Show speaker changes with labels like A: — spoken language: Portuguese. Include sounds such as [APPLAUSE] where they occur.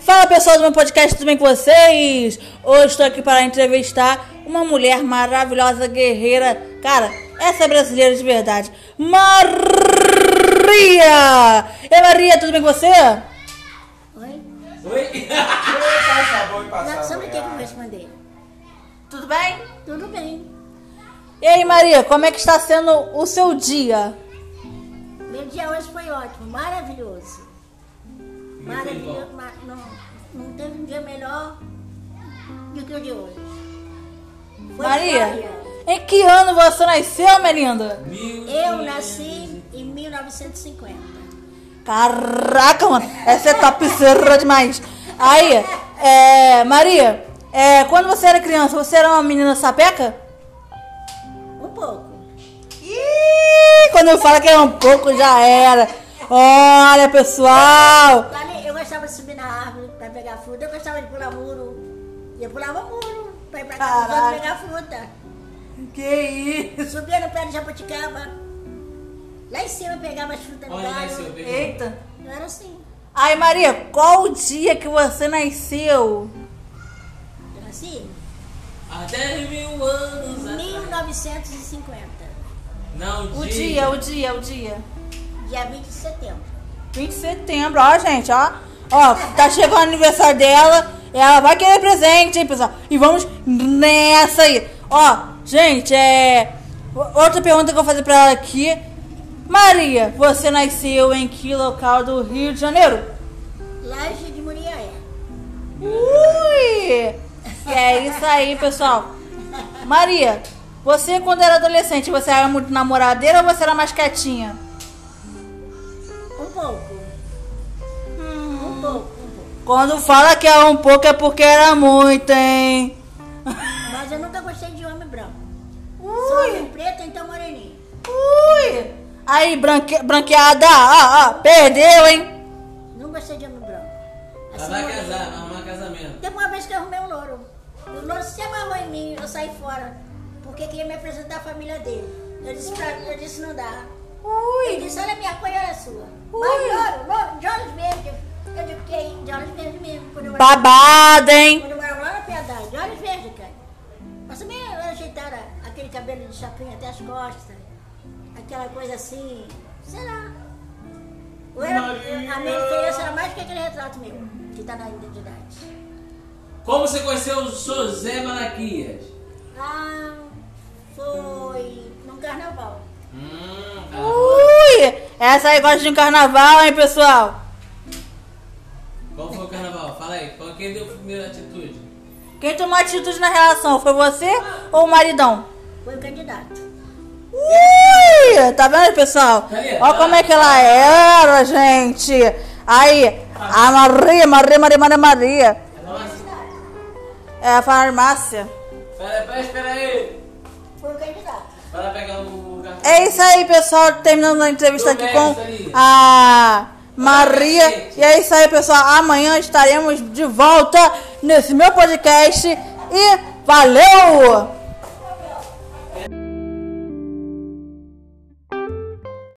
A: Fala pessoal do meu podcast, tudo bem com vocês? Hoje estou aqui para entrevistar uma mulher maravilhosa, guerreira. Cara, essa é brasileira de verdade. Maria! E Maria, tudo bem com você?
B: Oi? [LAUGHS]
C: Oi? Passa a boa e passa
B: Não,
C: a
B: sabe o que que eu
C: boiada.
B: responder?
A: Tudo bem?
B: Tudo bem.
A: E aí, Maria, como é que está sendo o seu dia?
B: Meu dia hoje foi ótimo, maravilhoso. Maravilhoso. ma- não, não teve um dia melhor do que o de hoje. Foi
A: Maria,
B: glória.
A: em que ano você nasceu, minha linda?
C: Mil
B: Eu nasci em 1950.
A: Caraca, mano, essa é topzera demais. Aí, é, Maria, é, quando você era criança, você era uma menina sapeca?
B: Um pouco.
A: Ih, quando eu falo que era um pouco, já era. Olha, pessoal.
B: Ali, eu gostava de subir na árvore para pegar fruta, eu gostava de pular muro. E eu pulava muro para ir para casa dos outros pegar
A: Caraca.
B: fruta.
A: Que isso.
B: Subia no pé de jabuticaba. Lá em cima eu pegava as frutas no
C: Onde nasceu?
B: galho.
C: Pegou.
A: Eita.
B: Eu era assim.
A: Aí, Maria, qual o dia que você nasceu?
B: Eu nasci
C: Há 10 mil anos
B: em
C: atrás.
B: 1950,
C: Não,
A: O dia, o dia, o dia.
B: dia 20 de setembro.
A: 20 de setembro, ó, gente, ó. Ó, tá chegando o aniversário dela. Ela vai querer presente, hein, pessoal? E vamos nessa aí. Ó, gente, é. o- Outra pergunta que eu vou fazer pra ela aqui. Maria, você nasceu em que local do Rio de Janeiro?
B: Laje de Muriaé.
A: Ui! É isso aí, pessoal. Maria, você quando era adolescente, você era muito namoradeira ou você era mais quietinha?
B: Um pouco. Um pouco, um pouco.
A: Quando fala que era um pouco é porque era muito, hein?
B: Mas eu nunca gostei de homem branco. Sou homem
A: Ui!
B: preto, então moreninho.
A: Ui! Aí, branque, branqueada, ó, ó, perdeu, hein?
B: Não gostei de homem branco. Assim,
C: Ela vai
B: moreninho.
C: casar, arrumar casamento.
B: Teve uma vez que eu arrumei um louro. O louro se amarrou em mim, eu saí fora. Porque queria me apresentar à família dele. Eu disse, pra, eu disse não dá. Ele
A: Ui!
B: disse, olha minha cor, olha a sua.
A: Ui.
B: Mas louro, louro, de olhos verdes. Eu digo, que é aí, de olhos verdes mesmo. Quando eu olhei-
A: Babada, hein?
B: Quando eu morava lá na Piedade, de olhos verdes, cara. Mas também ajeitaram aquele cabelo de chapinha até as costas. né? Aquela coisa assim, sei lá. Eu era, eu- a minha diferença era mais que aquele retrato meu, que tá na identidade.
C: Como você conheceu o José Malaquias?
B: Ah, foi num carnaval.
C: Hum, cara.
A: Ui! Essa aí gosta de um carnaval, hein, pessoal?
C: Qual foi o carnaval? Fala aí. Qual, quem deu a primeira atitude?
A: Quem tomou atitude na relação, foi você ou o maridão?
B: Foi o candidato.
A: Ui, tá vendo, pessoal?
C: Cadê?
A: Olha como é que ela era, gente. Aí, a Maria, Maria, Maria, Maria, Maria.
C: Nossa.
A: É a farmácia.
C: Pera, pera, espera aí.
B: Foi o candidato.
C: Vai lá pegar o cartão.
A: É isso aí, pessoal. Terminando a entrevista aqui com a Maria. E é isso aí, pessoal. Amanhã estaremos de volta nesse meu podcast. E valeu!